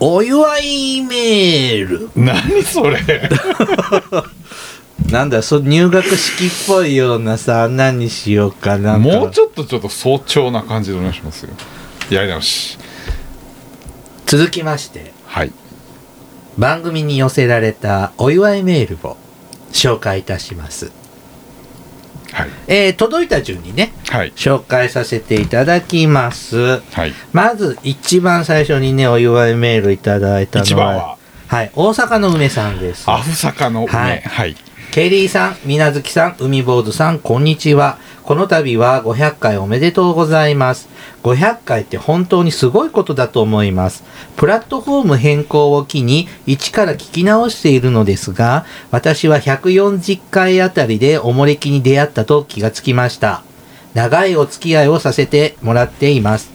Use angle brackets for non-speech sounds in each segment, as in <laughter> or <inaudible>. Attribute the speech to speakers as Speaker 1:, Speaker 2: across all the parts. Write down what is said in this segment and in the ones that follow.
Speaker 1: お祝いメール
Speaker 2: <laughs> 何それ
Speaker 1: なんだそ入学式っぽいようなさ何にしようかな
Speaker 2: もう
Speaker 1: ょ
Speaker 2: ちょっとちょっと早朝な感じでお願いしますよやり直し
Speaker 1: 続きまして
Speaker 2: はい
Speaker 1: 番組に寄せられたお祝いメールを紹介いたします、
Speaker 2: はい
Speaker 1: えー、届いた順にね
Speaker 2: はい
Speaker 1: 紹介させていただきます
Speaker 2: はい
Speaker 1: まず一番最初にねお祝いメールいただいた
Speaker 2: 一
Speaker 1: の
Speaker 2: 番
Speaker 1: は
Speaker 2: は
Speaker 1: はい、大阪の梅さんです
Speaker 2: アフサカの梅
Speaker 1: はい
Speaker 2: はい
Speaker 1: ケリーさん、みなずきさん、海坊主さん、こんにちは。この度は500回おめでとうございます。500回って本当にすごいことだと思います。プラットフォーム変更を機に一から聞き直しているのですが、私は140回あたりでおもれきに出会ったと気がつきました。長いお付き合いをさせてもらっています。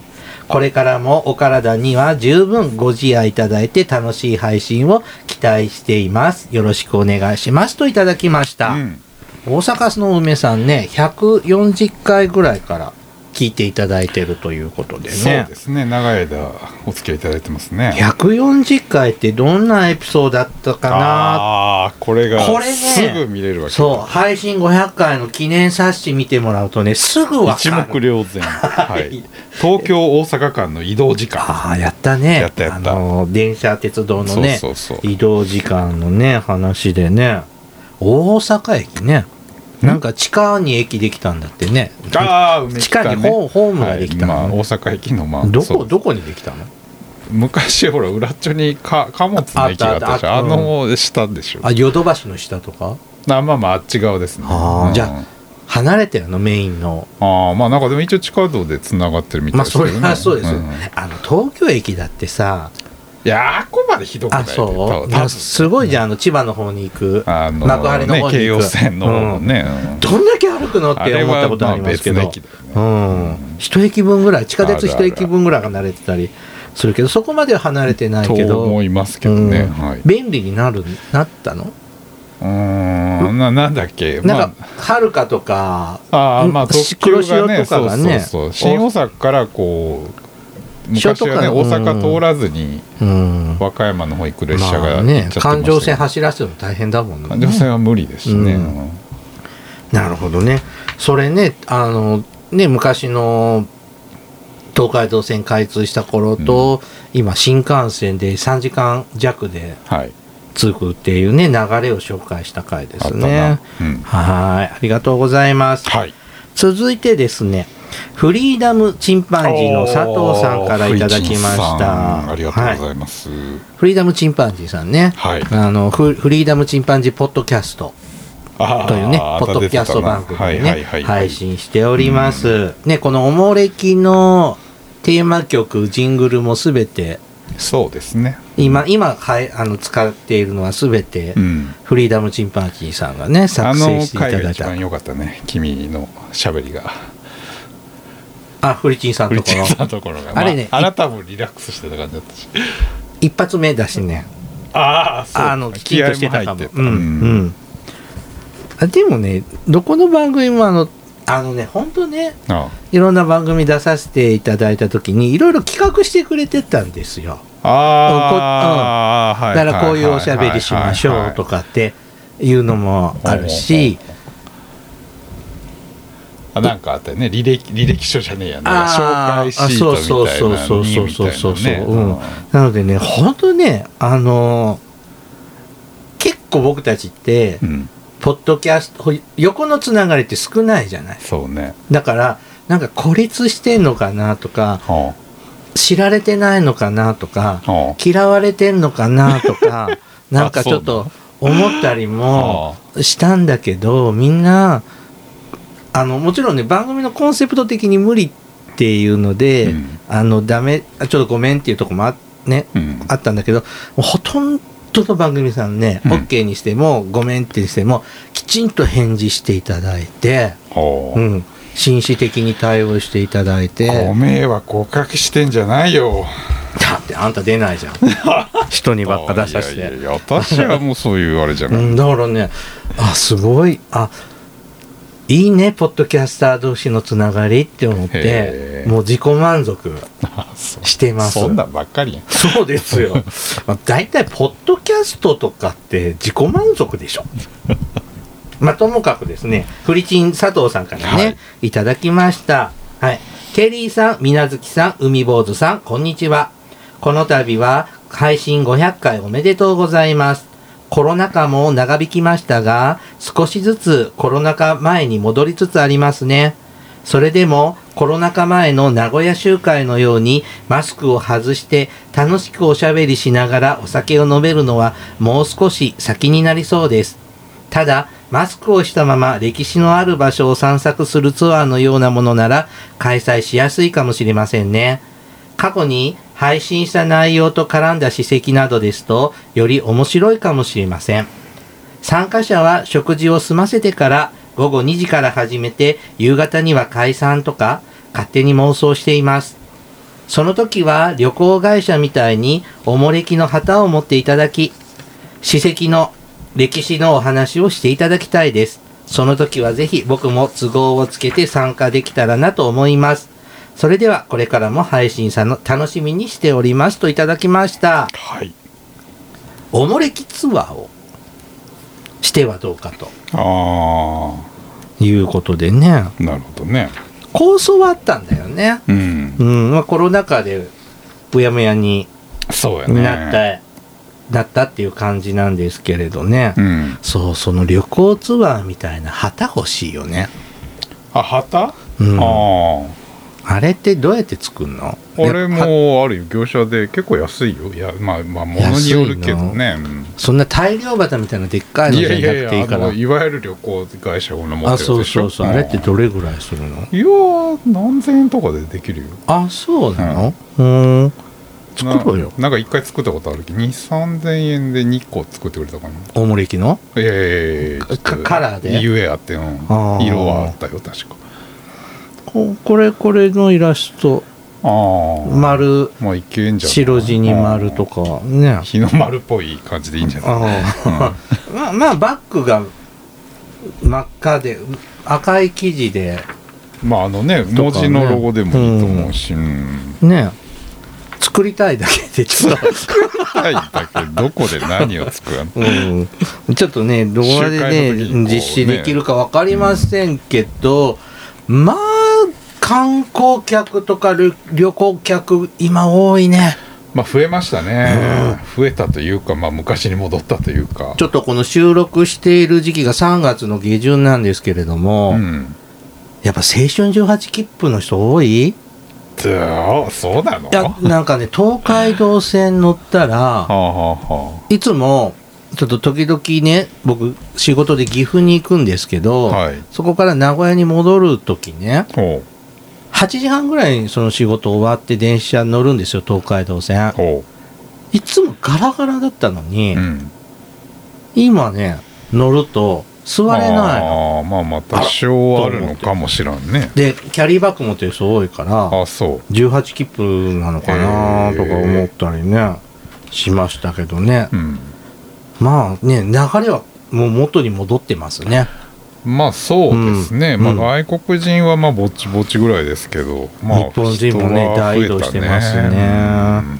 Speaker 1: これからもお体には十分ご自愛いただいて楽しい配信を期待しています。よろしくお願いします。といただきました。
Speaker 2: うん
Speaker 1: 大阪市の梅さんね、140回ぐらいから聞いていただいてるということで
Speaker 2: そう
Speaker 1: ね
Speaker 2: で。すね長い間お付き合いいただいてますね
Speaker 1: 140回ってどんなエピソードだったかな
Speaker 2: ああーこれが
Speaker 1: これね
Speaker 2: すぐ見れるわけ
Speaker 1: そう、配信500回の記念冊子見てもらうとね、すぐわ
Speaker 2: 一
Speaker 1: か
Speaker 2: 目
Speaker 1: る。
Speaker 2: 瞭然、はい、東京大阪間の移動時
Speaker 1: <laughs>
Speaker 2: 間
Speaker 1: ああ、やったね。
Speaker 2: やったやった
Speaker 1: あの、電車、鉄道のね、
Speaker 2: そうそうそう
Speaker 1: 移動時間のね、話でね、大阪駅ね、なんか地下に駅できたんだってね。
Speaker 2: あー梅
Speaker 1: 地下にホーホームができたの
Speaker 2: はいまあ、大阪駅のまあ
Speaker 1: ど
Speaker 2: そ
Speaker 1: こ、
Speaker 2: う
Speaker 1: どこにできたの
Speaker 2: 昔ほら裏っちょにか貨物の駅があったでしょ
Speaker 1: あ
Speaker 2: あ
Speaker 1: ったあった
Speaker 2: の下でしょ
Speaker 1: あ、ヨドバシの下とか
Speaker 2: あまあまああっち側ですね
Speaker 1: あー
Speaker 2: うん
Speaker 1: じゃ離れてるの、メインの。
Speaker 2: あーまあなんかでも一応地下道でつながってるみたい
Speaker 1: まあ、
Speaker 2: ですけ
Speaker 1: そ
Speaker 2: ど
Speaker 1: れ
Speaker 2: ね
Speaker 1: はそうですよ、
Speaker 2: んい
Speaker 1: あの、東京駅だってさ、
Speaker 2: やーあっこまでひどくない
Speaker 1: あ、
Speaker 2: よ
Speaker 1: そう
Speaker 2: 多分
Speaker 1: すごいじゃん、あの、千葉の方に行く、
Speaker 2: あの
Speaker 1: 幕張の
Speaker 2: ね
Speaker 1: 方に
Speaker 2: 京
Speaker 1: 行
Speaker 2: 葉
Speaker 1: く。
Speaker 2: 線の方のね、うん
Speaker 1: どんだけ歩くのっ
Speaker 2: あ
Speaker 1: て
Speaker 2: れ
Speaker 1: 思った
Speaker 2: は
Speaker 1: ことあ
Speaker 2: まあ
Speaker 1: りますけ
Speaker 2: 別
Speaker 1: ど。
Speaker 2: の駅だよね
Speaker 1: うん、一駅分ぐらい地下鉄一駅分ぐらいが慣れてたりするけどそこまでは離れてないけ
Speaker 2: と思
Speaker 1: ど、
Speaker 2: いますけどね、
Speaker 1: うん
Speaker 2: はい、
Speaker 1: 便利になるなったの
Speaker 2: うーんななんだっけ
Speaker 1: なん
Speaker 2: ま
Speaker 1: かはるかとか
Speaker 2: ああーまあ
Speaker 1: うん
Speaker 2: 特急が
Speaker 1: 黒
Speaker 2: ね
Speaker 1: 潮とかがね
Speaker 2: そうそうそう新大阪からこう
Speaker 1: 潮
Speaker 2: 昔
Speaker 1: とか
Speaker 2: はね
Speaker 1: う
Speaker 2: 大
Speaker 1: ん
Speaker 2: 阪通らずに
Speaker 1: うん
Speaker 2: 和歌山の方行く列車
Speaker 1: ま
Speaker 2: が
Speaker 1: あ
Speaker 2: 行
Speaker 1: ね
Speaker 2: っちゃってましたけど、
Speaker 1: 環状線走らせるの大変だもん
Speaker 2: 環状
Speaker 1: ね
Speaker 2: 線は無理ですしね、
Speaker 1: うん
Speaker 2: うん
Speaker 1: なるほどねそれねあのね昔の東海道線開通した頃と、今新幹線で3時間弱で
Speaker 2: はい
Speaker 1: 通行っていうね流れを紹介した回で
Speaker 2: あっ
Speaker 1: す
Speaker 2: た
Speaker 1: ね
Speaker 2: な、うん、
Speaker 1: はいありがとうございます
Speaker 2: はい
Speaker 1: 続いてですねフリーダムチンパンジーの佐藤さんからいただきまし
Speaker 2: おー藤井さん
Speaker 1: た
Speaker 2: ありがとうご
Speaker 1: は
Speaker 2: ざいます
Speaker 1: フリーダムチンパンジーさんね、
Speaker 2: はい、
Speaker 1: あのフフリーダムチンパンジーポッドキャスト
Speaker 2: あー
Speaker 1: というね
Speaker 2: あー
Speaker 1: ポッドキャスト番組
Speaker 2: は
Speaker 1: で
Speaker 2: い
Speaker 1: ね、
Speaker 2: はいはいはい
Speaker 1: 配信しております、ねこの「おもれき」のテーマ曲ジングルもすべて
Speaker 2: そうですね
Speaker 1: 今今はいあの使っているのはすべて、
Speaker 2: うん
Speaker 1: フリーダムチンパンジーさんがね
Speaker 2: あ
Speaker 1: 作成
Speaker 2: の
Speaker 1: していた
Speaker 2: 回が
Speaker 1: だい
Speaker 2: 一
Speaker 1: た
Speaker 2: 番良かったね君のしゃべりが
Speaker 1: あフリチンさん
Speaker 2: フ
Speaker 1: の
Speaker 2: リ
Speaker 1: と
Speaker 2: チ
Speaker 1: こ
Speaker 2: ン
Speaker 1: ろ
Speaker 2: さんのところが、ま
Speaker 1: あ
Speaker 2: あ
Speaker 1: れね
Speaker 2: あなたもリラックスしてた感じだったし
Speaker 1: 一発目だしね
Speaker 2: ああそう
Speaker 1: あの、きちんとしてたかも。
Speaker 2: 気合
Speaker 1: う
Speaker 2: も
Speaker 1: ん、
Speaker 2: 入
Speaker 1: う
Speaker 2: ってた
Speaker 1: ん。あでもね、どこの番組もあの、あのね、本当ね、
Speaker 2: あ
Speaker 1: いろんな番組出させていただいたときに、いろいろ企画してくれてたんですよ。
Speaker 2: あー、
Speaker 1: だ
Speaker 2: はい
Speaker 1: からこういうおしゃべりしましょうとか
Speaker 2: か
Speaker 1: っていうのもあるし、
Speaker 2: あなんかあったよね履歴履歴書じゃねえやね
Speaker 1: あー
Speaker 2: 紹介シートみたいな
Speaker 1: あそうそうそうそうそうそうそう、
Speaker 2: にみたいなね
Speaker 1: うん、なのでね本当ねあのー結構僕たちって、
Speaker 2: うん
Speaker 1: ポッドキャストほい横のつながりって少ないじゃない
Speaker 2: そうね
Speaker 1: だからなんか孤立してんのかなとか
Speaker 2: は
Speaker 1: 知られてないのかなとか
Speaker 2: あは
Speaker 1: 嫌われてんのかなと
Speaker 2: <laughs>
Speaker 1: かなんかちょっと思ったり
Speaker 2: あ
Speaker 1: も
Speaker 2: は
Speaker 1: したんだけどみんなあのもちろんね番組のコンセプト的に無理っていうので、
Speaker 2: うん
Speaker 1: あのダメあちょっとごめんっていうとこもあ,、ね、
Speaker 2: あうん
Speaker 1: あったんだけどほとんどの番組さんね、
Speaker 2: うん
Speaker 1: OK にしてもごめんってしてもきちんと返事していただいて。
Speaker 2: は
Speaker 1: う
Speaker 2: あ
Speaker 1: ん、紳士的に対応していただいて
Speaker 2: ご迷惑おかけしてんじゃないよ
Speaker 1: だってあんた出ない
Speaker 2: <laughs>
Speaker 1: じゃん人にばっか出させ
Speaker 2: いやいや
Speaker 1: て
Speaker 2: いや <laughs> 私はもうそういうあれじゃ
Speaker 1: う
Speaker 2: ない
Speaker 1: んだからねあすごいあいいね、ポッドキャスター同士のつながりって思って
Speaker 2: へ、ー
Speaker 1: もう自己満足
Speaker 2: あそ
Speaker 1: してます。
Speaker 2: そんなんばっかりやん
Speaker 1: <laughs> そうですよ。まあ、大体、ポッドキャストとかって自己満足でしょ。 <laughs> まあ、ともかくですね、フリチン佐藤さんからね、、
Speaker 2: はい
Speaker 1: ただきました。はい。ケリーさん、みなずきさん、海坊主さん、こんにちは。この度は配信500回おめでとうございます。コロナ禍も長引きましたが、少しずつコロナ禍前に戻りつつありますね。それでもコロナ禍前の名古屋集会のようにマスクを外して楽しくおしゃべりしながらお酒を飲めるのはもう少し先になりそうです。ただ、マスクをしたまま歴史のある場所を散策するツアーのようなものなら開催しやすいかもしれませんね。過去に配信した内容と絡んだ史跡などですとより面白いかもしれません。参加者は食事を済ませてから午後2時から始めて夕方には解散とか勝手に妄想しています。その時は旅行会社みたいにおもれきの旗を持っていただき、史跡の歴史のお話をしていただきたいです。その時はぜひ僕も都合をつけて参加できたらなと思います。それではこれからも配信さんの楽しみにしておりますといただきました。
Speaker 2: はい
Speaker 1: おもれきツアーをしてはどうかと
Speaker 2: あ
Speaker 1: いうことでね、
Speaker 2: あなるほどね
Speaker 1: 構想はあったんだよね。
Speaker 2: うん
Speaker 1: うん、まあ、コロナ禍でうやむやに
Speaker 2: そうやね
Speaker 1: なった、なったっていう感じなんですけれどね。
Speaker 2: うん
Speaker 1: そう、その旅行ツアーみたいな旗欲しいよね。
Speaker 2: あ旗、
Speaker 1: うん
Speaker 2: ああ
Speaker 1: あれってどうやって作るの
Speaker 2: 俺
Speaker 1: ねは
Speaker 2: もあるよ業者で結構安いよいやまあまあものによるけどねうん
Speaker 1: そんな大量旗みたいなでっかいの
Speaker 2: い
Speaker 1: じゃ
Speaker 2: や
Speaker 1: なく
Speaker 2: いやい
Speaker 1: ていい
Speaker 2: や
Speaker 1: か
Speaker 2: あ
Speaker 1: ら。
Speaker 2: のいわゆる旅行会社をの持
Speaker 1: あ、
Speaker 2: ってる
Speaker 1: そ
Speaker 2: や
Speaker 1: う
Speaker 2: つでしょ
Speaker 1: そうそう。あれってどれぐらいするの
Speaker 2: いやー何千円とかでできるよ
Speaker 1: あ、そうなのうん。作ろうよ。
Speaker 2: ななんか一回作ったことあるけど23000円で2個作ってくれたかな
Speaker 1: 大森駅の
Speaker 2: いやいやいやいや
Speaker 1: かカラーで
Speaker 2: ゆえあって、うん、
Speaker 1: あー
Speaker 2: 色はあったよ確か
Speaker 1: ここれこれのイラスト
Speaker 2: ああ
Speaker 1: 丸
Speaker 2: まあいけんじゃない
Speaker 1: 白地に丸とかね
Speaker 2: うん日の丸っぽい感じでいいんじゃない
Speaker 1: ああ
Speaker 2: <laughs>
Speaker 1: まあまあバッグが真っ赤で赤い生地で
Speaker 2: まああのね
Speaker 1: ね
Speaker 2: 文字のロゴでもいいと思うし、うん、
Speaker 1: ね作りたいだけでちょ
Speaker 2: <laughs>
Speaker 1: っと、
Speaker 2: はいだけどどこで何を作るの <laughs>
Speaker 1: うん、ちょっとね動画でね
Speaker 2: 集会の時にこうね
Speaker 1: 実施できるか分かりませんけど、まあ観光客とか旅旅行客今多いね
Speaker 2: まあ増えましたね、増えたというかまあ昔に戻ったというか
Speaker 1: ちょっとこの収録している時期が3月の下旬なんですけれども、
Speaker 2: うん
Speaker 1: やっぱ青春18切符の人多いい
Speaker 2: そうそうなの
Speaker 1: や、なんかね、東海道線乗った
Speaker 2: は
Speaker 1: ら、
Speaker 2: あはあはい
Speaker 1: つも、ちょっと時々ね、僕、仕事で岐阜に行くんですけど、
Speaker 2: はい
Speaker 1: そこから名古屋に戻るときね、
Speaker 2: あほ
Speaker 1: 8時半ぐらいにその仕事終わって電車乗るんですよ、東海道
Speaker 2: う
Speaker 1: 線。
Speaker 2: ほ
Speaker 1: いつもガラガラだったの
Speaker 2: う、
Speaker 1: に、
Speaker 2: うん、
Speaker 1: 今ね、乗ると座れないの。
Speaker 2: ああまあまあ多少あるのかもしらんね
Speaker 1: で、キャリーバッグ持ってる人多いから、
Speaker 2: あそう
Speaker 1: 18切符なのかなとか思ったりね、しましたけどね、
Speaker 2: うん
Speaker 1: まあね流れはもう元に戻ってますね
Speaker 2: まあそうですね、
Speaker 1: うん
Speaker 2: まあ外国人はまあぼちぼちぐらいですけど、まあ、
Speaker 1: 日本人もね
Speaker 2: 人は増
Speaker 1: 大
Speaker 2: えた
Speaker 1: 移動してますね
Speaker 2: うん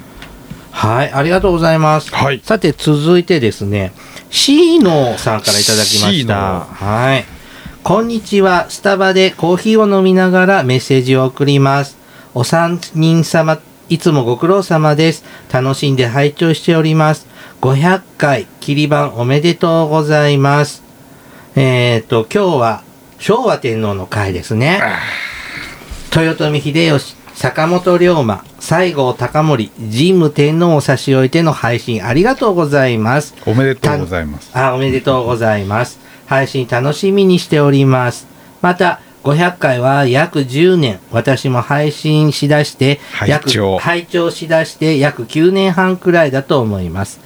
Speaker 1: はいありがとうございます、
Speaker 2: はい
Speaker 1: さて続いてですね C のさんからいただきまし
Speaker 2: C
Speaker 1: た
Speaker 2: の
Speaker 1: はいこんにちはスタバでコーヒーを飲みながらメッセージを送りますお三人様いつもご苦労様です楽しんで拝聴しております500回切り板おめでとうございますえっ、と今日は昭和天皇の回ですね豊臣秀吉、坂本龍馬、西郷隆盛、神武天皇を差し置いての配信ありがとうございます。
Speaker 2: おめでとうございます
Speaker 1: あ、おめでとうございます。配信楽しみにしております。また、500回は約10年、私も配信しだして、
Speaker 2: 拝
Speaker 1: 約
Speaker 2: 聴
Speaker 1: 拝聴しだして約9年半くらいだと思います。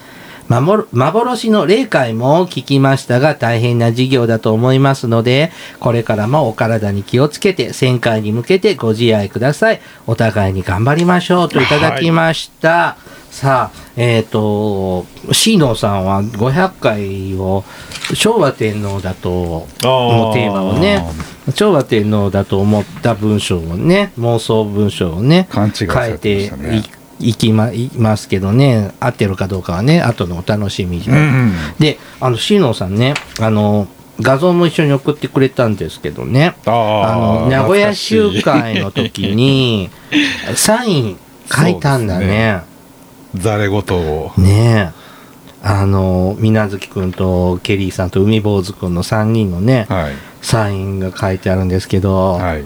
Speaker 1: 守る幻の霊界も聞きましたが大変な事業だと思いますので、これからもお体に気をつけて、1000回に向けてご自愛ください。お互いに頑張りましょうといただきました。さあ、えっ、と、シーノさんは500回を昭和天皇だと、のテーマをね、昭和天皇だと思った文章をね、妄想文章をね、
Speaker 2: 勘違いさ
Speaker 1: 変え
Speaker 2: れてま
Speaker 1: て
Speaker 2: したね。
Speaker 1: いいきまいますけどね、合ってるかどうかはね、後のお楽しみに。
Speaker 2: うん
Speaker 1: で、あの、シーノさんね、あの、画像も一緒に送ってくれたんですけどね、
Speaker 2: あ
Speaker 1: あ
Speaker 2: ー
Speaker 1: の、名古屋集
Speaker 2: 懐かしい
Speaker 1: 会の時
Speaker 2: <laughs>
Speaker 1: に、サイン書いたんだね。
Speaker 2: ざれ言を。
Speaker 1: ねえ。あの、水無月くんとケリーさんと海坊主くんの3人のね、
Speaker 2: はい。
Speaker 1: サインが書いてあるんですけど、
Speaker 2: はい。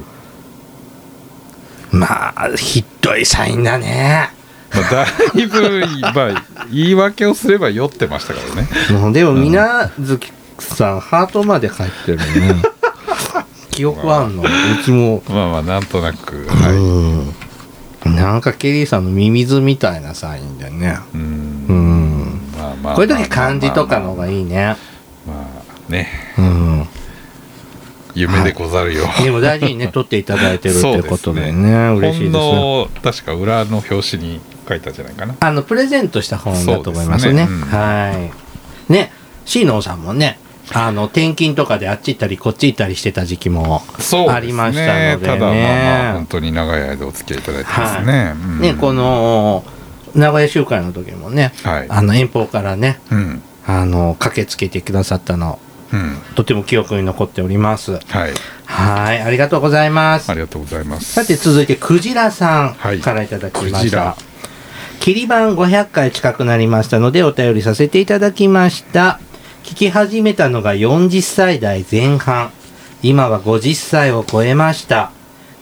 Speaker 1: まあ、ひどいサインだね。
Speaker 2: まあ、だいぶ、 <laughs> まあ、言い訳をすれば酔ってましたからね。
Speaker 1: もうでも、みなずきさん、ハートまで書いてるね。 <laughs> 記憶あんのうちも。
Speaker 2: まあまあ、なんとなく。は
Speaker 1: うん。なんかケリーさんのミミズみたいなサインだね。
Speaker 2: い。う。
Speaker 1: うんん。
Speaker 2: まあまあまあ。
Speaker 1: こういう時漢字とかの方がいいね。
Speaker 2: まあね、
Speaker 1: うん。
Speaker 2: 夢でござるよ。
Speaker 1: でも大事にね、取っていただいてるってことでね、
Speaker 2: そう
Speaker 1: 嬉しいですね。
Speaker 2: 本の確か裏の表紙に書いたんじゃないかな。
Speaker 1: あの、プレゼントした本だと思いますね。
Speaker 2: そうですねうん
Speaker 1: はい。ね、シーノーさんもね、あの、転勤とかであっち行ったりこっち行ったりしてた時期も
Speaker 2: そうですね。
Speaker 1: ありましたのでね。
Speaker 2: ただまあまあ本当に長い間お付き合いいただいてますね。うん
Speaker 1: ね、こ。の、名古屋集会の時もね、
Speaker 2: はい。
Speaker 1: あの、遠方からね、
Speaker 2: うん。
Speaker 1: あの、駆けつけてくださったの、
Speaker 2: うん。
Speaker 1: とても記憶に残っております。
Speaker 2: はい。
Speaker 1: はい、ありがとうございます
Speaker 2: あ。りがとうございます。
Speaker 1: さて、続いて、クジラさん
Speaker 2: はい
Speaker 1: からいただきま
Speaker 2: ク
Speaker 1: し
Speaker 2: ジ
Speaker 1: た。
Speaker 2: ラ
Speaker 1: 切り板500回近くなりましたので、お便りさせていただきました。聞き始めたのが40歳代前半。今は50歳を超えました。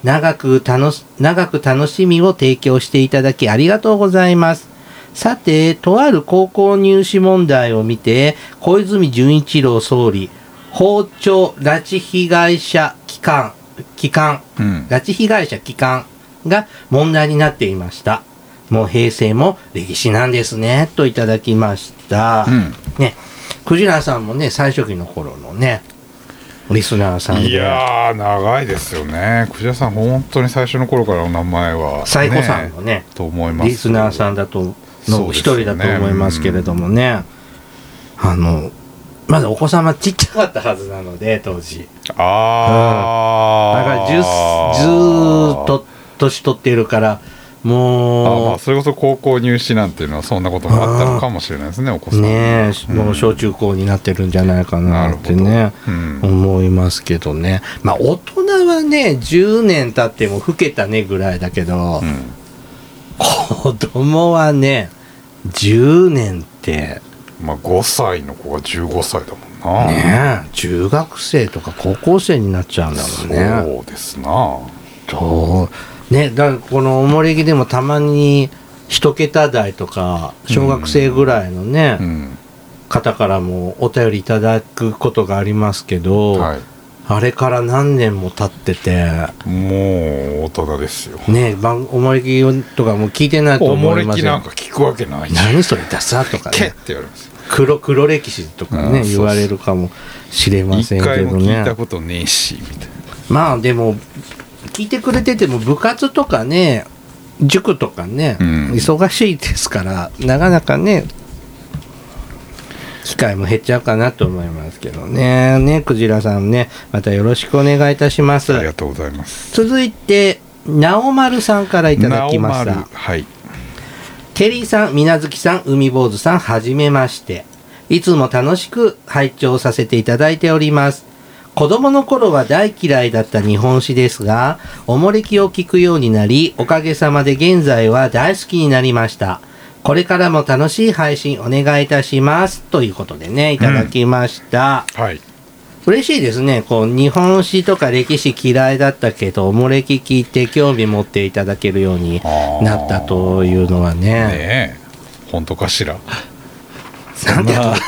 Speaker 1: 長く楽し、長く楽しみを提供していただきありがとうございます。さて、とある高校入試問題を見て、小泉純一郎総理、包丁拉致被害者機関、機関、
Speaker 2: うん。
Speaker 1: 拉致被害者帰還が問題になっていました。もう平成も歴史なんですね、といただきました。
Speaker 2: うん
Speaker 1: ね、クジラさんもね、最初期の頃のね、リスナーさんで。
Speaker 2: いやー長いですよね。クジラさん本当に最初の頃からお名前は
Speaker 1: サイコさんのね
Speaker 2: と思います。
Speaker 1: リスナーさんだと、
Speaker 2: そう
Speaker 1: の
Speaker 2: です
Speaker 1: 一
Speaker 2: よね
Speaker 1: 人だと思いますけれどもね、あの、まだお子様ちっちゃかったはずなので、当時。だ
Speaker 2: ああ。
Speaker 1: から10、ずーっと年取っているから、
Speaker 2: あま
Speaker 1: も
Speaker 2: あそれこそ高校入試なんていうのはそんなこともあったのかもしれないですねお
Speaker 1: う、
Speaker 2: 子さん
Speaker 1: ねえ、
Speaker 2: うん
Speaker 1: もう小中高になってるんじゃないかな
Speaker 2: なる
Speaker 1: っ
Speaker 2: ほ
Speaker 1: て
Speaker 2: ど
Speaker 1: ね。
Speaker 2: うん
Speaker 1: 思いますけどね。まあ、大人はね、10年経っても老けたねぐらいだけど、
Speaker 2: うん
Speaker 1: 子供はね、10年って、
Speaker 2: まあ5歳の子が15歳だもんな
Speaker 1: ねえ、中学生とか高校生になっちゃうんだもんね。
Speaker 2: そうですな
Speaker 1: そう。ね、だからこのおもれきでもたまに、一桁台とか、小学生ぐらいのね、
Speaker 2: うん
Speaker 1: 方からもお便りいただくことがありますけど、
Speaker 2: はい
Speaker 1: あれから何年も経ってて、
Speaker 2: もう大人ですよ
Speaker 1: ねえ、番おもれきとかもう聞いてないと
Speaker 2: おも
Speaker 1: 思い
Speaker 2: れ
Speaker 1: ます
Speaker 2: き
Speaker 1: よ。
Speaker 2: なんか聞くわけないじゃん
Speaker 1: 何それダサとか
Speaker 2: けっ
Speaker 1: ね
Speaker 2: て言われます
Speaker 1: 黒黒歴史とか
Speaker 2: う
Speaker 1: ね
Speaker 2: ん
Speaker 1: 言われるかもしれませ
Speaker 2: 一
Speaker 1: んけ
Speaker 2: 回
Speaker 1: ど
Speaker 2: も聞いた
Speaker 1: ね
Speaker 2: ことねえしみたいな
Speaker 1: まあでも聞いてくれてても部活とかね塾とかね、
Speaker 2: うん
Speaker 1: 忙しいですからなかなかね機会も減っちゃうかなと思いますけどねねクジラさんねまたよろしくお願いいたします
Speaker 2: ありがとうございます
Speaker 1: 続いて直丸さんからいただきました
Speaker 2: なおまるはい
Speaker 1: ケリーさん、みなずきさん、海坊主さん、はじめまして。いつも楽しく拝聴させていただいております。子供の頃は大嫌いだった日本史ですが、おもれきを聞くようになり、おかげさまで現在は大好きになりました。これからも楽しい配信お願いいたします。ということでね、いただきました。
Speaker 2: はい
Speaker 1: 嬉しいですね。こう、日本史とか歴史嫌いだったけど、おもれき聞いて興味持っていただけるようになったというのは
Speaker 2: ねえ本当かしら
Speaker 1: なんでやった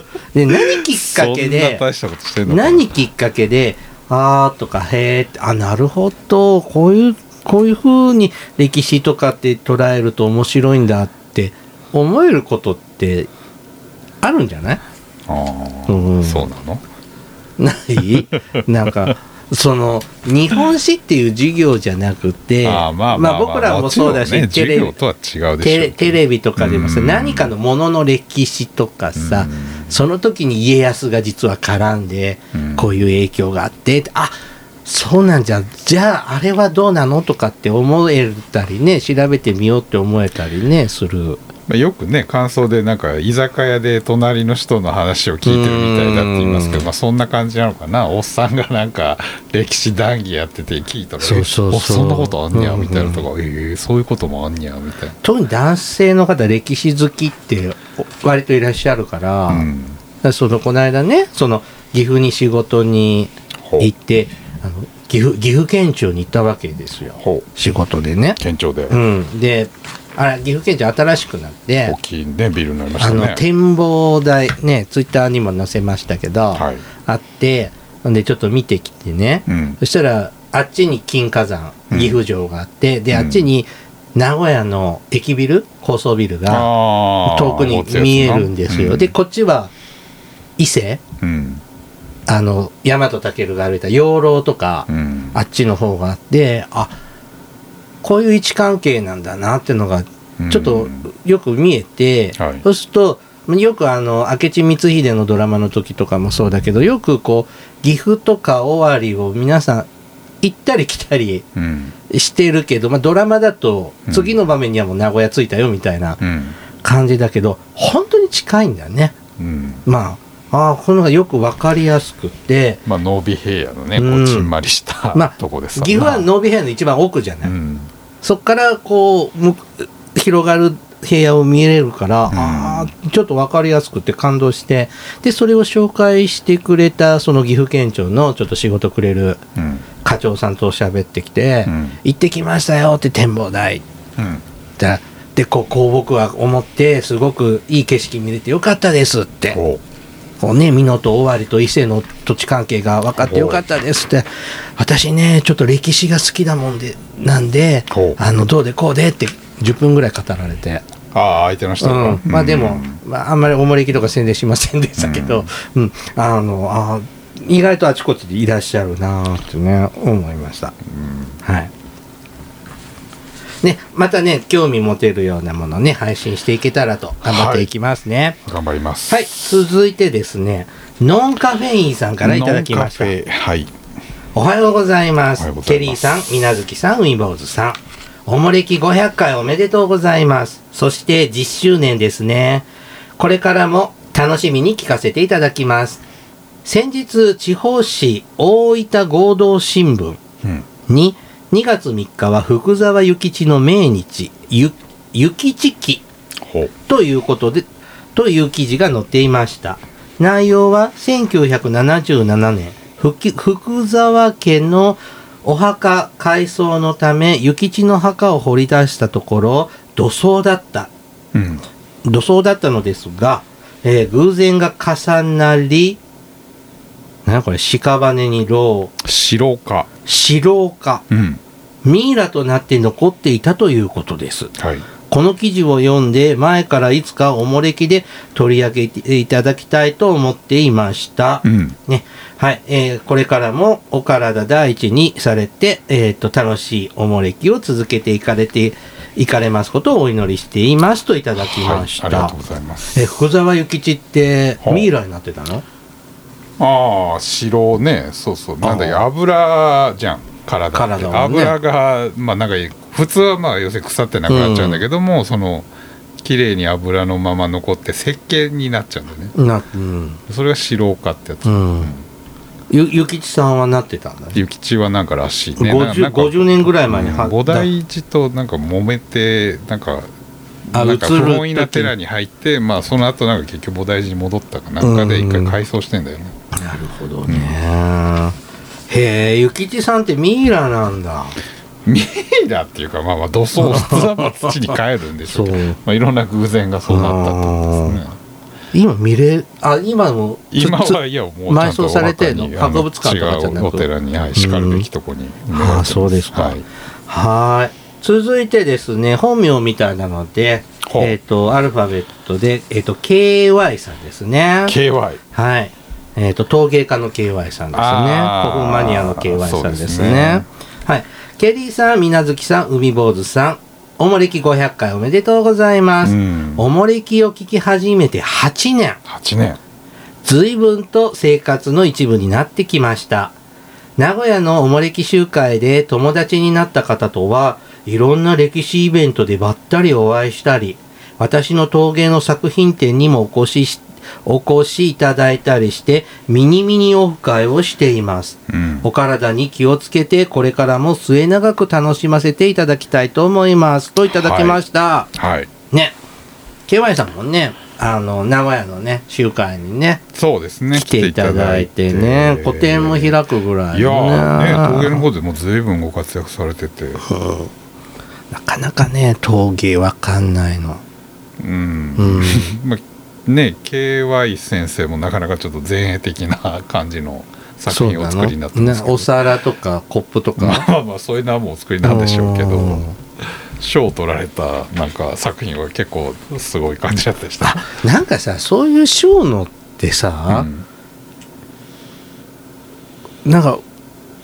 Speaker 1: <laughs> で何きっかけ
Speaker 2: そんな
Speaker 1: で
Speaker 2: 大したことしてんのかな
Speaker 1: 何きっかけであーとかへーってあなるほどこういうこういう風に歴史とかって捉えると面白いんだって思えることってあるんじゃない
Speaker 2: あ
Speaker 1: う
Speaker 2: あ
Speaker 1: ん
Speaker 2: そうなの
Speaker 1: ない <laughs> なんかその日本史っていう授業じゃなくて
Speaker 2: あーまあまあまあ
Speaker 1: 僕らもそうだし、
Speaker 2: もち
Speaker 1: テレ
Speaker 2: ろんね
Speaker 1: ビ
Speaker 2: 授業とは違うでしょ
Speaker 1: テレ
Speaker 2: うけ
Speaker 1: テ
Speaker 2: ど
Speaker 1: レビとかでもさ、
Speaker 2: うん
Speaker 1: 何かのものの歴史とかさ、
Speaker 2: うん
Speaker 1: その時に家康が実は絡んで、
Speaker 2: うん
Speaker 1: こういう影響があってあそうなんじゃんじゃああれはどうなのとかって思えたりね調べてみようって思えたりねする
Speaker 2: まあ、よくね感想でなんか居酒屋で隣の人の話を聞いてるみたいだって言いますけ
Speaker 1: うん
Speaker 2: ど、まあ、そんな感じなのかなおっさんがなんか歴史談義やってて聞いたら
Speaker 1: そうそうそう
Speaker 2: おそんなことあんねや
Speaker 1: うんうん
Speaker 2: みたいなとか、えーそういうこともあんねやみたい
Speaker 1: 特に男性の方歴史好きって割といらっしゃるから,、
Speaker 2: な、う
Speaker 1: だか
Speaker 2: ん、
Speaker 1: らそのこの間ねその岐阜に仕事に
Speaker 2: ほう
Speaker 1: 行ってあの岐阜岐阜県庁に行ったわけですよ
Speaker 2: ほう
Speaker 1: 仕事でね、
Speaker 2: 県庁で
Speaker 1: うん、であら岐阜県庁新しくなって、
Speaker 2: 大きいねビルになりまし
Speaker 1: あ
Speaker 2: たね
Speaker 1: の展望台ねツイッターにも載せましたけど、
Speaker 2: はい
Speaker 1: あってほんでちょっと見てきてね、
Speaker 2: うん
Speaker 1: そしたらあっちに金華山
Speaker 2: うん
Speaker 1: 岐阜城があって、で
Speaker 2: うん
Speaker 1: あっちに名古屋の駅ビル高層ビルが
Speaker 2: あー
Speaker 1: 遠くに見えるんですよ、
Speaker 2: うん
Speaker 1: でこっちは伊勢
Speaker 2: うん
Speaker 1: あの大和健が歩いた養老とか、
Speaker 2: うん
Speaker 1: あっちの方があってあこういう位置関係なんだなっていうのが
Speaker 2: うん
Speaker 1: ちょっとよく見えて、
Speaker 2: はい
Speaker 1: そうするとよくあの明智光秀のドラマの時とかもそうだけどよくこう岐阜とか尾張を皆さん行ったり来たり
Speaker 2: うん
Speaker 1: してるけど、まあ、ドラマだと
Speaker 2: うん
Speaker 1: 次の場面にはもう名古屋着いたよみたいな
Speaker 2: うん
Speaker 1: 感じだけど本当に近いんだね。
Speaker 2: うん
Speaker 1: まああーこのがよく分かりやすくて、
Speaker 2: まあ濃尾平野のねこ
Speaker 1: うん
Speaker 2: うちんまりした、
Speaker 1: まあ、
Speaker 2: とこです
Speaker 1: 岐阜は濃尾平野の一番奥じゃない、
Speaker 2: うん
Speaker 1: そこからこうむ広がる平野を見れるから、
Speaker 2: ん
Speaker 1: あーちょっと分かりやすくて感動してでそれを紹介してくれたその岐阜県庁のちょっと仕事くれる
Speaker 2: うん
Speaker 1: 課長さんと喋ってきて「
Speaker 2: うん
Speaker 1: 行ってきましたよ」って展望台って
Speaker 2: うん
Speaker 1: 言ったらでこうこう僕は思ってすごくいい景色見れてよかったですって
Speaker 2: お
Speaker 1: こうね、美濃と尾張と伊勢の土地関係が分かってよかったですって、私ね、ちょっと歴史が好きだもんで、なんで
Speaker 2: ほう、
Speaker 1: あの、どうでこうでって10分ぐらい語られて。
Speaker 2: ああ相手の人
Speaker 1: う
Speaker 2: が
Speaker 1: ん、まあで
Speaker 2: う
Speaker 1: も
Speaker 2: ん、
Speaker 1: まあ、あんまりおもれきとか宣伝しませんでしたけど、うん、あの、あ意外とあちこちでいらっしゃるなーってね、思いました。はい。ね、またね、興味持てるようなものね、配信していけたらと頑張っていきますね。
Speaker 2: 頑張ります
Speaker 1: はい、続いてですね、ノンカフェインさんからいただきました
Speaker 2: ノン。カフェはい
Speaker 1: おはようございま
Speaker 2: おは
Speaker 1: す
Speaker 2: ようご。ざ
Speaker 1: ケ
Speaker 2: います
Speaker 1: リーさん、みなずきさん、ウィンボーズさん。おもれき500回おめでとうございます。そして10周年ですね。これからも楽しみに聞かせていただきます。先日、地方紙大分合同新聞
Speaker 2: うん
Speaker 1: に2月3日は福沢諭吉の命日、ゆ諭吉記
Speaker 2: ほう
Speaker 1: ということで、という記事が載っていました。内容は1977年、ふき福沢家のお墓改装のため、諭吉の墓を掘り出したところ、土葬だった、
Speaker 2: うん
Speaker 1: 土葬だったのですが、えー偶然が重なり、なんやこれ、屍に牢、
Speaker 2: 白か
Speaker 1: 死老化、
Speaker 2: うん
Speaker 1: ミイラとなって残っていたということです。
Speaker 2: はい
Speaker 1: この記事を読んで前からいつかおもれきで取り上げていただきたいと思っていました
Speaker 2: う。ん
Speaker 1: ね。はい。えーこれからもお体第一にされて、えっ、と、楽しいおもれきを続けていかれて、いかれますことをお祈りしていますといただきました。
Speaker 2: はい、ありがとうございます
Speaker 1: えー福沢諭吉って
Speaker 2: はい
Speaker 1: ミイラになってたの
Speaker 2: ああ白ねそうそうなんだっけ油じゃん体って
Speaker 1: 体はね
Speaker 2: 油がまあなんか普通はまあ要するに腐ってなくなっちゃうんだけども、その綺麗に油のまま残って石鹸になっちゃうんだよね
Speaker 1: な、うん。
Speaker 2: それが白かってやつ、
Speaker 1: うん。ゆ、諭吉さんはなってたんだね。
Speaker 2: 諭吉はなんからしいね
Speaker 1: 50
Speaker 2: ななんか
Speaker 1: 50年ぐらい前に
Speaker 2: うん
Speaker 1: は
Speaker 2: 菩提寺となんか揉めてなんか
Speaker 1: あ
Speaker 2: なんか
Speaker 1: 移る
Speaker 2: 不本意な寺に入ってまあその後なんか結局菩提寺に戻ったかなんかで
Speaker 1: うん
Speaker 2: 一回改装してんだよね、
Speaker 1: なるほどね。へえ、ゆきちさんってミイラなんだ。
Speaker 2: ミイラっていうかまあまあ土葬室はまあ土に帰るんでしょうけど
Speaker 1: そう
Speaker 2: まあ、いろんな偶然がそうなったってことですね
Speaker 1: 今見れ、あ、今も、つ
Speaker 2: 今
Speaker 1: つ
Speaker 2: はいやもうちゃんと
Speaker 1: 埋葬されてんの
Speaker 2: お墓に
Speaker 1: 博物館とかじゃなく
Speaker 2: あの違うお寺にはいしかるべきとこに埋められてます
Speaker 1: ああそうですか
Speaker 2: はい
Speaker 1: はーい。続いてですね、本名みたいなので、
Speaker 2: ほう
Speaker 1: えっ、と、アルファベットで、えっ、と、KY さんですね。
Speaker 2: KY
Speaker 1: はい。えっ、と、陶芸家の KY さんですね。
Speaker 2: あー
Speaker 1: 古墳マニアの KY さんですね。
Speaker 2: そうですね
Speaker 1: はい。ケリーさん、みなずきさん、海坊主さん、おもれき500回おめでとうございます。
Speaker 2: うん
Speaker 1: おもれきを聞き始めて8年。
Speaker 2: 8年
Speaker 1: 随分と生活の一部になってきました。名古屋のおもれき集会で友達になった方とはいろんな歴史イベントでばったりお会いしたり、私の陶芸の作品展にもお越ししお越しいただいたりして、ミニミニオフ会をしています。
Speaker 2: うん、
Speaker 1: お体に気をつけて、これからも末永く楽しませていただきたいと思います。といただきました。
Speaker 2: はい
Speaker 1: ね、KY さんもね、あの、名古屋のね、集会にね、
Speaker 2: そうですね
Speaker 1: 来ていただいてね、個展も開くぐらい
Speaker 2: いやーね陶芸の
Speaker 1: ね。
Speaker 2: 方でもずいぶんご活躍されてて
Speaker 1: なかなかね、陶芸わかんないの。
Speaker 2: うん
Speaker 1: うん
Speaker 2: まあね KY 先生もなかなかちょっと前衛的な感じの作品をお作りになって
Speaker 1: そうなの
Speaker 2: ます
Speaker 1: ね
Speaker 2: けど
Speaker 1: お皿とかコップと
Speaker 2: ま
Speaker 1: か。
Speaker 2: あまあまあそういうのはもうお作りなんでしょうけ
Speaker 1: う
Speaker 2: ど
Speaker 1: ん
Speaker 2: 賞を取られたなんか作品は結構すごい感じだったでした、
Speaker 1: なんかさ、そういう賞のってさ
Speaker 2: う、ん
Speaker 1: なんか、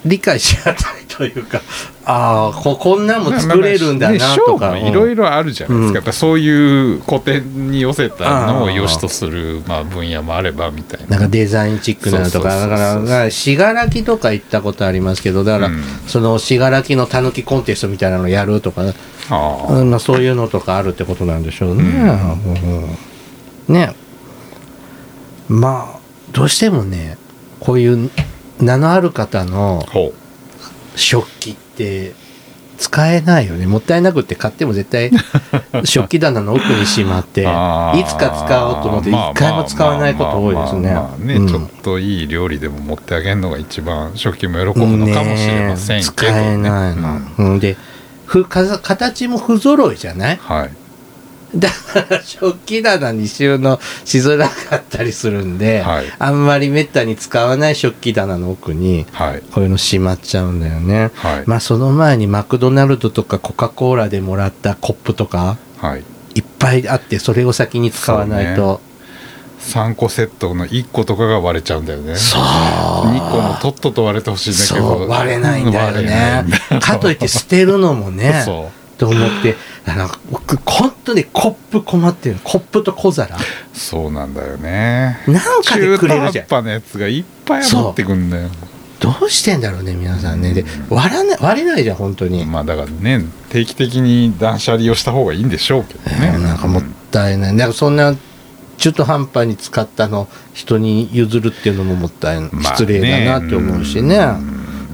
Speaker 1: 理解し合たいというか、ああ、ここんなんも作れるんだなとか。
Speaker 2: ね賞もいろいろあるじゃないですか、
Speaker 1: うん
Speaker 2: やっぱそういう古典に寄せたのを良しとするまあ分野もあればみたいな
Speaker 1: なんかデザインチックなのとか、
Speaker 2: そう
Speaker 1: だ
Speaker 2: そうそうそう
Speaker 1: から、だから信楽とか行ったことありますけど、だから
Speaker 2: うん、
Speaker 1: その信楽のたぬきコンテストみたいなのやるとか、
Speaker 2: ああ
Speaker 1: うんまあそういうのとかあるってことなんでしょうね。うんね。まあ、どうしてもね、こういう名のある方の
Speaker 2: ほ
Speaker 1: 食器って使えないよね。もったいなくって買っても絶
Speaker 2: <laughs>
Speaker 1: 対食器棚の奥にしまって、いつ
Speaker 2: ああ
Speaker 1: か使おうと思って一回も使わないこと多いですね
Speaker 2: まあまあまあまあまあ。ね
Speaker 1: うん
Speaker 2: ちょっといい料理でも持ってあげるのが一番初期も喜ぶのかもしれませんけど、ね
Speaker 1: 使えないの、うん、でふかざ形も不揃いじゃない <laughs>
Speaker 2: はい
Speaker 1: だから食器棚に収納しづらかったりするんで、
Speaker 2: はい
Speaker 1: あんまりめったに使わない食器棚の奥に
Speaker 2: はい
Speaker 1: こういうのしまっちゃうんだよね、
Speaker 2: はい、
Speaker 1: まあその前にマクドナルドとかコカ・コーラでもらったコップとか
Speaker 2: はい
Speaker 1: いっぱいあってそれを先に使わないと
Speaker 2: 3個セットの1個とかが割れちゃうんだよね
Speaker 1: そう,、
Speaker 2: 2個もとっとと割れてほしいんだけど
Speaker 1: 割れないんだよ
Speaker 2: 割れな
Speaker 1: ね
Speaker 2: いんだよ
Speaker 1: かといって捨てるのもね
Speaker 2: <laughs> そ
Speaker 1: と思
Speaker 2: <laughs>
Speaker 1: って、あの、僕、本当にコップ困ってる。コップと小皿。
Speaker 2: うそうなんだよね
Speaker 1: なんかで
Speaker 2: 中
Speaker 1: く
Speaker 2: 途
Speaker 1: れる
Speaker 2: 半
Speaker 1: じゃん。
Speaker 2: 端なやつがいっぱい余ってくんだよ
Speaker 1: どうしてんだろうね、皆さんね。で
Speaker 2: う、
Speaker 1: 割らない、割れないじゃん、本当に。
Speaker 2: まあだからね定期的に断捨離をした方がいいんでしょうけどね、
Speaker 1: ねなんかもったいない。なんかそんな、中途半端に使ったの、人に譲るっていうのももったいない。
Speaker 2: まあね
Speaker 1: 失礼だなって思うしね。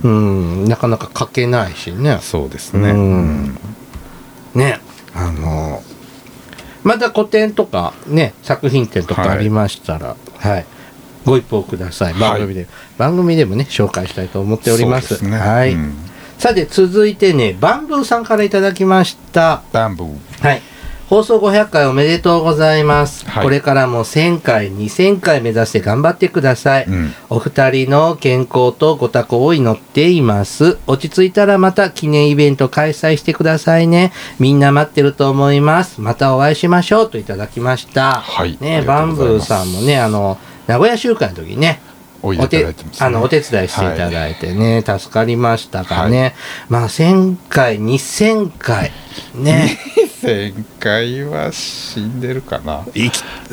Speaker 2: うん
Speaker 1: うん、なかなか書けないしね。
Speaker 2: そうですね、
Speaker 1: うんね、あのまた個展とかね、作品展とかありましたら、はい、ご一報ください。
Speaker 2: はい
Speaker 1: 番組で、番組でもね、紹介したいと思っております。
Speaker 2: そうですね
Speaker 1: はい、
Speaker 2: うん
Speaker 1: さて、続いてね、バンブーさんからいただきました。
Speaker 2: バンブー
Speaker 1: はい。放送500回おめでとうございます。
Speaker 2: はい
Speaker 1: これからも1000回、2000回目指して頑張ってください。
Speaker 2: うん
Speaker 1: お二人の健康とご多幸を祈っています。落ち着いたらまた記念イベント開催してくださいね。みんな待ってると思います。またお会いしましょうといただきました。
Speaker 2: はいあ
Speaker 1: ね、
Speaker 2: りが
Speaker 1: バ
Speaker 2: とう
Speaker 1: ン
Speaker 2: ご
Speaker 1: ブー
Speaker 2: ざいます
Speaker 1: さんもね、あの、名古屋集会の時にね、
Speaker 2: おいでいただいてますね
Speaker 1: お手あのお手伝いしていただいてね、助かりましたがね、まあ1000回、2000回、
Speaker 2: <laughs>
Speaker 1: ね、
Speaker 2: 前回は死んでるかな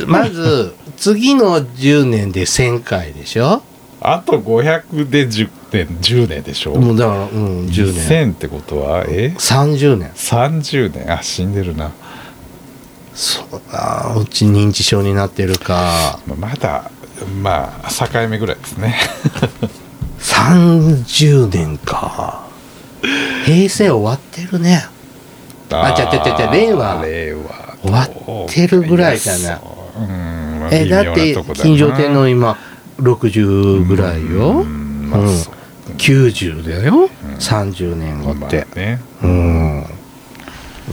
Speaker 1: まず、次の10年で1000回でしょ
Speaker 2: あと500で10年10年でしょ
Speaker 1: もうだから、うん、10年。
Speaker 2: 2000ってことはえ
Speaker 1: 30年。
Speaker 2: 30年あ死んでるな、
Speaker 1: そうあーうち認知症になってるか。
Speaker 2: まあまだまあ境目ぐらいですね
Speaker 1: 30年か。平成終わってるね。あ違う違う違う違う令和
Speaker 2: 令和
Speaker 1: 終わってるぐらいじゃない
Speaker 2: やそううん、まあ
Speaker 1: え、
Speaker 2: 微妙
Speaker 1: だって
Speaker 2: なとこ、な
Speaker 1: 金城天皇今、60ぐらいよ。
Speaker 2: うんまあ
Speaker 1: うん
Speaker 2: そう
Speaker 1: 90だよ。30年後
Speaker 2: ま
Speaker 1: っ
Speaker 2: あ
Speaker 1: て。
Speaker 2: ね
Speaker 1: うん。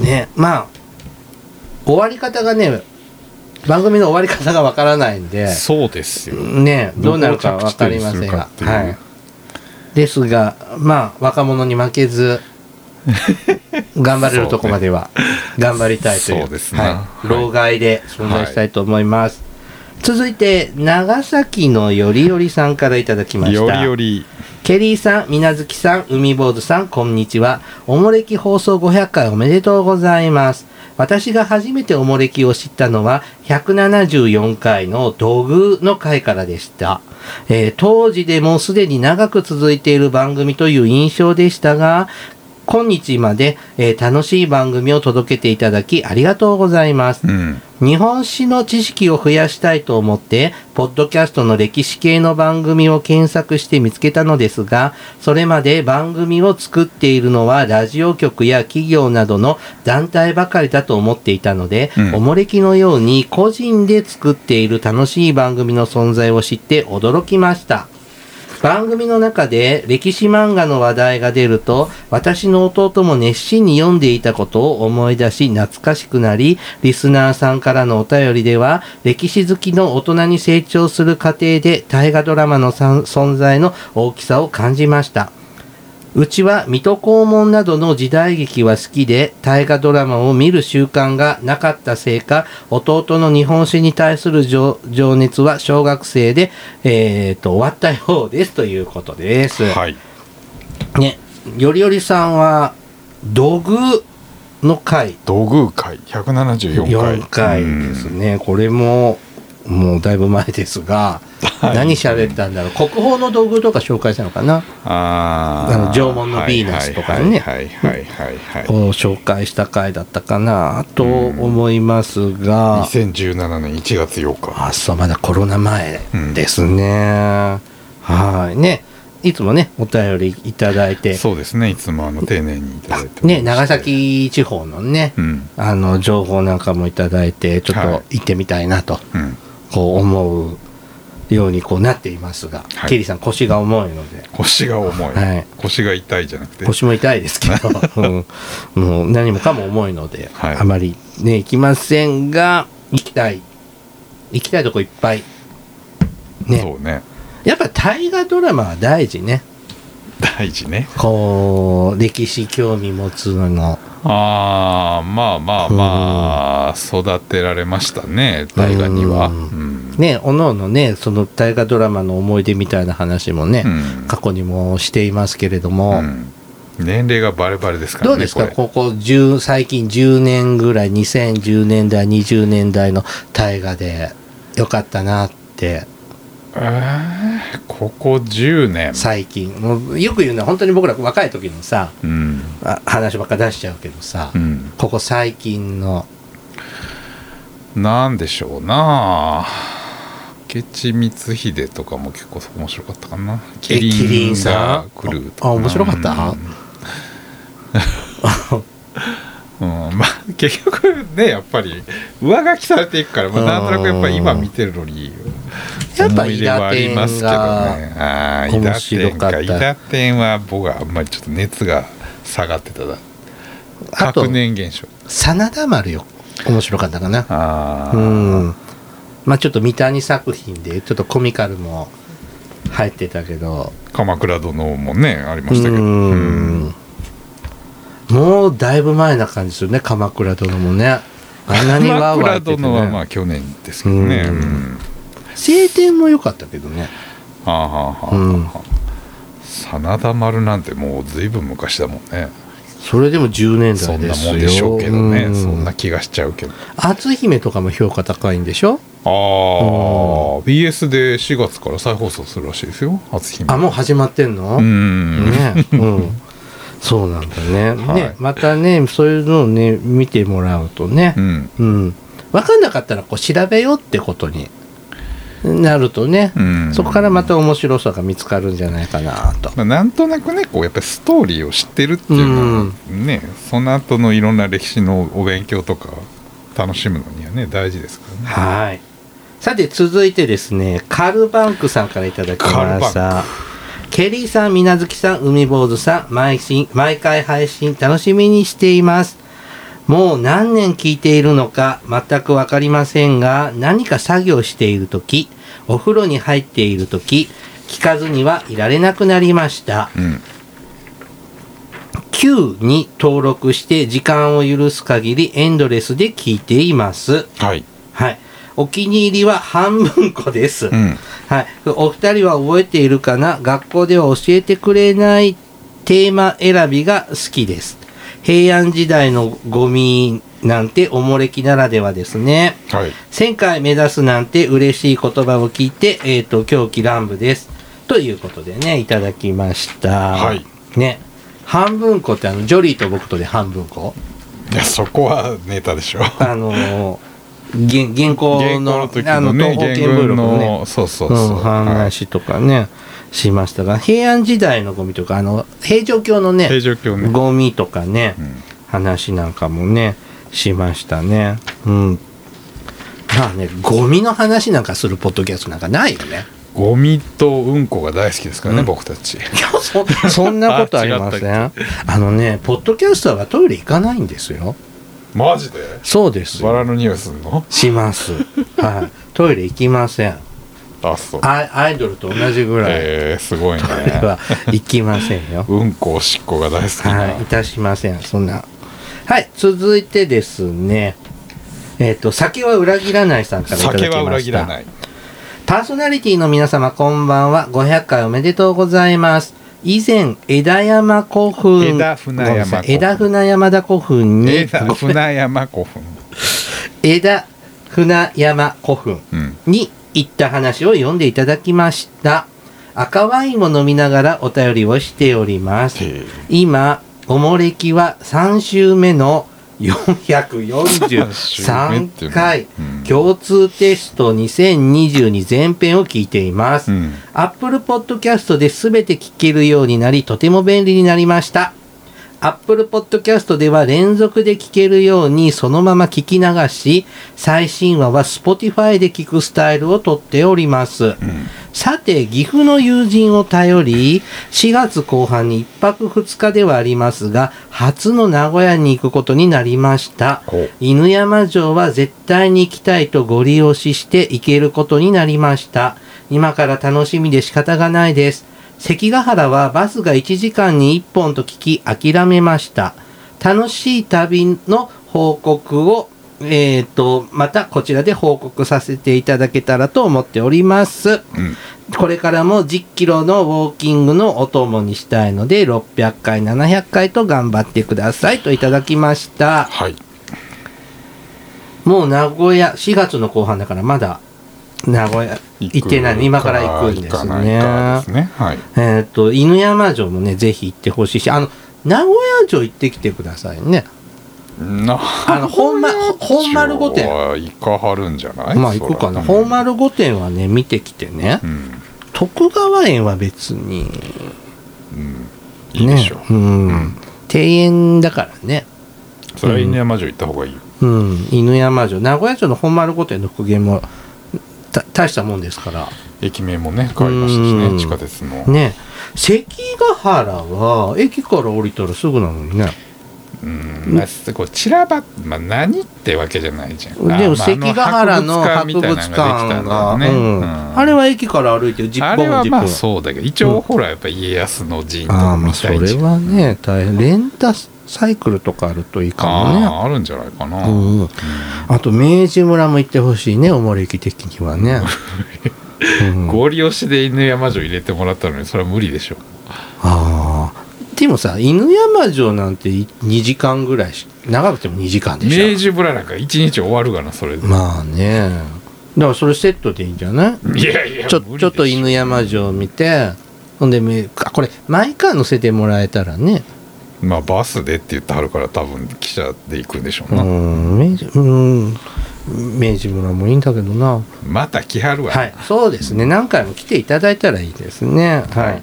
Speaker 1: ね、まあ、終わり方がね、番組の終わり方がわからないんで。
Speaker 2: そうですよ、
Speaker 1: ね、どうなるか分かりませんが、
Speaker 2: どこを着地点にするかっていう
Speaker 1: はい、ですがまあ若者に負けず頑張れるとこまでは頑張りたいという
Speaker 2: そうですね
Speaker 1: は、
Speaker 2: はいい
Speaker 1: 老害で存在したいと思います、続いて長崎のよりよりさんからいただきました
Speaker 2: よりより
Speaker 1: ケリーさん、みなずきさん、海坊主さん、こんにちは。おもれき放送500回おめでとうございます。私が初めておもれきを知ったのは174回の土偶の回からでした。えー当時でもうすでに長く続いている番組という印象でしたが、今日まで、えー楽しい番組を届けていただきありがとうございます。
Speaker 2: うん
Speaker 1: 日本史の知識を増やしたいと思って、ポッドキャストの歴史系の番組を検索して見つけたのですが、それまで番組を作っているのはラジオ局や企業などの団体ばかりだと思っていたので、
Speaker 2: うん
Speaker 1: おもれきのように個人で作っている楽しい番組の存在を知って驚きました。番組の中で歴史漫画の話題が出ると私の弟も熱心に読んでいたことを思い出し懐かしくなりリスナーさんからのお便りでは歴史好きの大人に成長する過程で大河ドラマのさん存在の大きさを感じましたうちは水戸黄門などの時代劇は好きで大河ドラマを見る習慣がなかったせいか弟の日本史に対する情情熱は小学生で、えー、と終わったようですということです。
Speaker 2: はい
Speaker 1: ね、よりよりさんは土偶の回
Speaker 2: 土偶会174回
Speaker 1: 4回ですね、これももうだいぶ前ですが、
Speaker 2: はい
Speaker 1: 何喋ったんだろう国宝の道具とか紹介したのかな
Speaker 2: あ
Speaker 1: あ
Speaker 2: あ
Speaker 1: の縄文のヴィーナスとかね
Speaker 2: はいはいはいはい、はい
Speaker 1: を紹介した回だったかなと
Speaker 2: うん
Speaker 1: 思いますが、
Speaker 2: 2017年1月8日
Speaker 1: あそうまだコロナ前ですね、はいねいつもねお便りいただいて
Speaker 2: そうですねいつもあの丁寧にいただいておりまして
Speaker 1: ね長崎地方のね、
Speaker 2: うん
Speaker 1: あの情報なんかもいただいてちょっ
Speaker 2: は
Speaker 1: と行ってみたいなと、
Speaker 2: うん
Speaker 1: こう思うようにこうなっていますが、
Speaker 2: はい
Speaker 1: ケリーさん腰が重いので
Speaker 2: 腰が重い、
Speaker 1: はい
Speaker 2: 腰が痛いじゃなくて
Speaker 1: 腰も痛いですけど、
Speaker 2: <laughs>
Speaker 1: うん、もう何もかも重いので、
Speaker 2: はい
Speaker 1: あまりね行きませんが行きたい行きたいとこいっぱいね
Speaker 2: そうね
Speaker 1: やっぱ大河ドラマは大事ね
Speaker 2: 大事ね
Speaker 1: こう歴史興味持つのの
Speaker 2: ああまあまあまあ育てられましたね大河には
Speaker 1: う
Speaker 2: うんん、
Speaker 1: ねおのおのねその大河ドラマの思い出みたいな話もね、
Speaker 2: うん
Speaker 1: 過去にもしていますけれど
Speaker 2: う
Speaker 1: も、
Speaker 2: ん年齢がバレバレですから
Speaker 1: ど
Speaker 2: ね
Speaker 1: うですか、
Speaker 2: これ
Speaker 1: ここ10最近10年ぐらい2010年代20年代の大河でよかったなって
Speaker 2: えーここ10年
Speaker 1: 最近もうよく言うのは本当に僕ら若い時のさ
Speaker 2: うん
Speaker 1: あ話ばっか出しちゃうけどさ、
Speaker 2: うん
Speaker 1: ここ最近の
Speaker 2: なんでしょうな明智光秀とかも結構面白かったかな
Speaker 1: え
Speaker 2: キリンが来るとか
Speaker 1: あ面白かった、
Speaker 2: うんまあ、結局ねやっぱり上書きされていくから、まあ、なんとなくやっぱり今見てるのに
Speaker 1: やっぱ
Speaker 2: 思い出はありますけどねあー
Speaker 1: 伊
Speaker 2: 伊
Speaker 1: 達天が面白
Speaker 2: 達天か伊
Speaker 1: かった
Speaker 2: 達天は僕はあんまりちょっと熱が下がってただ
Speaker 1: あと
Speaker 2: 核年現象
Speaker 1: 真田丸よ面白かったかな
Speaker 2: ああ、
Speaker 1: うんまあちょっと三谷作品でちょっとコミカルも入ってたけど
Speaker 2: 鎌倉殿もねありましたけど
Speaker 1: う
Speaker 2: うん
Speaker 1: んもうだいぶ前な感じするね鎌倉殿もねあんなにわ
Speaker 2: 鎌
Speaker 1: ーわー言
Speaker 2: 倉
Speaker 1: ってて、
Speaker 2: 殿はま
Speaker 1: ね
Speaker 2: あ、去年ですけどね、
Speaker 1: う
Speaker 2: うんん
Speaker 1: 晴天も良かったけどね
Speaker 2: はあはあはあ、
Speaker 1: うん
Speaker 2: 真田丸なんてもうずいぶん昔だもんね
Speaker 1: それでも10年
Speaker 2: そ
Speaker 1: 代
Speaker 2: ん
Speaker 1: で
Speaker 2: な
Speaker 1: すよ
Speaker 2: もんでしょうけどね、
Speaker 1: うん
Speaker 2: そんな気がしちゃうけど
Speaker 1: 篤姫とかも評価高いんでしょ
Speaker 2: ああ BS で4月から再放送するらしいですよ初姫
Speaker 1: あもう始まってんの、
Speaker 2: うーん、
Speaker 1: ね、うん、そうなんだね,、
Speaker 2: <laughs> はい
Speaker 1: ねまたねそういうのをね見てもらうとね
Speaker 2: <laughs> う、ん
Speaker 1: うん分かんなかったらこう調べようってことになるとね、
Speaker 2: うん
Speaker 1: そこからまた面白さが見つかるんじゃないかなと。
Speaker 2: まあなんとなくねこうやっぱりストーリーを知ってるっていうのはね、その後のいろんな歴史のお勉強とか楽しむのにはね大事ですからね
Speaker 1: はい。さて続いてですね、カルバンクさんからいただき
Speaker 2: カ
Speaker 1: ま
Speaker 2: ルバ
Speaker 1: し
Speaker 2: ンク
Speaker 1: た。ケリーさん、みなずきさん、海坊主さん、毎信毎回配信楽しみにしています。もう何年聞いているのか全くわかりませんが、何か作業しているとき、お風呂に入っているとき、聞かずにはいられなくなりました。
Speaker 2: うん、
Speaker 1: Q に登録して時間を許す限りエンドレスで聞いています。
Speaker 2: はい、
Speaker 1: はい。お気に入りは半分こです。
Speaker 2: うん、
Speaker 1: はい。お二人は覚えているかな学校では教えてくれないテーマ選びが好きです。平安時代のゴミなんておもれきならではですね。
Speaker 2: はい
Speaker 1: 1000回目指すなんて嬉しい言葉を聞いて、えっ、と、狂気乱舞です。ということでね、いただきました。
Speaker 2: はい。
Speaker 1: ね。半分こってあの、ジョリーと僕とで半分こ
Speaker 2: いやそこはネタでしょ
Speaker 1: <laughs> あのー、げ原稿
Speaker 2: 原稿
Speaker 1: の、
Speaker 2: の時
Speaker 1: あの、
Speaker 2: のね
Speaker 1: 東方見聞
Speaker 2: 原
Speaker 1: 録
Speaker 2: 文
Speaker 1: のね
Speaker 2: のそうそう
Speaker 1: う
Speaker 2: そ
Speaker 1: ん、
Speaker 2: う、はい
Speaker 1: 話とかね、しましたが、平安時代のゴミとか、あの、平城京のね
Speaker 2: 平、城京ね、
Speaker 1: ゴミとかね、
Speaker 2: うん
Speaker 1: 話なんかもね、しましたね。うん。まあね、ゴミの話なんかするポッドキャストなんかないよね。
Speaker 2: ゴミとうんこが大好きですからね、
Speaker 1: うん
Speaker 2: 僕たち
Speaker 1: いやそそんなことありません。あのね、ポッドキャスターはトイレ行かないんですよ。
Speaker 2: マジで
Speaker 1: そうですよ
Speaker 2: バラの匂いすんの
Speaker 1: します。はい。トイレ行きません。
Speaker 2: あそう
Speaker 1: アイアイドルと同じぐらい。
Speaker 2: えー、す
Speaker 1: <laughs>
Speaker 2: ごいね
Speaker 1: トイレは行きませんよ。
Speaker 2: <laughs> うんこおしっこが大好きな、
Speaker 1: はい、いたしません、そんな。はい、続いてですね。えっ、と、酒は裏切らないさんからいただきま
Speaker 2: 酒
Speaker 1: した。
Speaker 2: は裏切らない
Speaker 1: パーソナリティの皆様、こんばんは。500回おめでとうございます。以前、枝山古墳。
Speaker 2: 枝船山古墳
Speaker 1: ごめんなさい枝船山田古墳に、
Speaker 2: 枝船山古墳
Speaker 1: 枝船山古墳
Speaker 2: うん
Speaker 1: に行った話を読んでいただきました。赤ワインを飲みながらお便りをしております。
Speaker 2: へー
Speaker 1: 今、おもれきは3週目の443回
Speaker 2: うん
Speaker 1: 共通テスト2022前編を聞いています。
Speaker 2: うん、
Speaker 1: Apple Podcast で全て聞けるようになり、とても便利になりました。Apple Podcast では連続で聞けるようにそのまま聞き流し、最新話は Spotify で聞くスタイルをとっております。さて、岐阜の友人を頼り、4月後半に1泊2日ではありますが、初の名古屋に行くことになりました。
Speaker 2: こう
Speaker 1: 犬山城は絶対に行きたいとご利用しして行けることになりました。今から楽しみで仕方がないです。関ヶ原はバスが1時間に1本と聞き諦めました。楽しい旅の報告を、えっ、と、またこちらで報告させていただけたらと思っております。
Speaker 2: うん
Speaker 1: これからも10キロのウォーキングのお供にしたいので、600回、700回と頑張ってくださいといただきました。
Speaker 2: はい
Speaker 1: もう名古屋、4月の後半だからまだ名古屋行ってないの今から行くんです
Speaker 2: 行かない
Speaker 1: ね
Speaker 2: かです。ねはい
Speaker 1: えっ、と、犬山城もね、ぜひ行ってほしいし、あの、名古屋城行ってきてくださいね。
Speaker 2: な
Speaker 1: あの本ま本丸御殿
Speaker 2: 行かはるんじゃない
Speaker 1: まあ行くかな。
Speaker 2: そら
Speaker 1: 本丸御殿はね、見てきてね
Speaker 2: う。ん、
Speaker 1: 徳川園は別に、
Speaker 2: うん、
Speaker 1: ね、
Speaker 2: いいでしょう、
Speaker 1: うん。
Speaker 2: うん
Speaker 1: 庭園だからね。
Speaker 2: それは犬山城行った方がいいよ
Speaker 1: うん。犬山城。名古屋城の本丸御殿の復元も、た大したもんですから。
Speaker 2: 駅名もね変わりましたし
Speaker 1: うん
Speaker 2: ね地下鉄の、
Speaker 1: ね関ヶ原は駅から降りたらすぐなのにね
Speaker 2: うんまあ、すごい散らばっ、まあ、何ってわけじゃないじゃん
Speaker 1: でも関ヶ原の博物館が
Speaker 2: あまああの
Speaker 1: うんあれ
Speaker 2: は
Speaker 1: は駅から歩いて10
Speaker 2: あ
Speaker 1: 分
Speaker 2: れは
Speaker 1: 10
Speaker 2: まあ
Speaker 1: 分
Speaker 2: そうだけど一応ほらやっぱ家康の陣と
Speaker 1: ああ
Speaker 2: か
Speaker 1: まあ
Speaker 2: 見
Speaker 1: そ
Speaker 2: たい
Speaker 1: れ
Speaker 2: じゃん
Speaker 1: はね大変レンタサイクルとかあるといいかも
Speaker 2: あーあるんじゃないかな、
Speaker 1: ねうんあと明治村も行ってほしいねおもれき的にはね <laughs> うんあ
Speaker 2: 合理押しで犬山城入れてもらったのにそれは無理でしょ
Speaker 1: あでもさ犬山城なんて2時間ぐらいし長くても2時間でしょ
Speaker 2: 明治村なんか一日終わるがなそれで、
Speaker 1: まあねだからそれセットでいいんじゃない
Speaker 2: いやいや
Speaker 1: ちょ
Speaker 2: 無理でし
Speaker 1: ちょっと犬山城見てほんでめあこれ毎回乗せてもらえたらね
Speaker 2: まあバスでって言ってはるから多分汽車で行くんでしょう
Speaker 1: う
Speaker 2: な、
Speaker 1: ん明治うん明治村もいいんだけどな
Speaker 2: また来はるわ、
Speaker 1: はいそうですね何回も来ていただいたらいいですねはい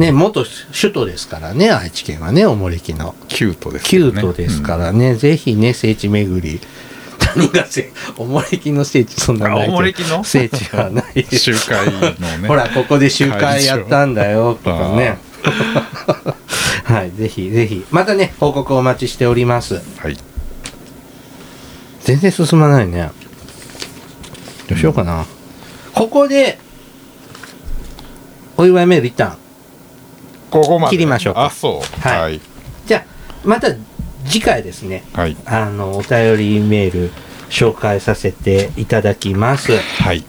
Speaker 1: ね元首都ですからね愛知県はねおもれきの
Speaker 2: キュートです
Speaker 1: キ
Speaker 2: よ
Speaker 1: ュ
Speaker 2: ね
Speaker 1: ートですからねぜひね聖地巡り何がせおもれきの聖地そんなないけど
Speaker 2: あおもれきの
Speaker 1: 聖地はないで
Speaker 2: <laughs> う
Speaker 1: す
Speaker 2: ん集会の
Speaker 1: <laughs>
Speaker 2: ね
Speaker 1: ほらここで集会やったんだよとかねはいぜひぜひまたね報告お待ちしております
Speaker 2: はい
Speaker 1: 全然進まないねどうしようかな、ここでお祝いメール一旦
Speaker 2: ここまで
Speaker 1: 切りましょうか
Speaker 2: あそう
Speaker 1: はい
Speaker 2: はい
Speaker 1: じゃあまた次回ですね
Speaker 2: はい、
Speaker 1: あのお便りメール紹介させていただきます
Speaker 2: はい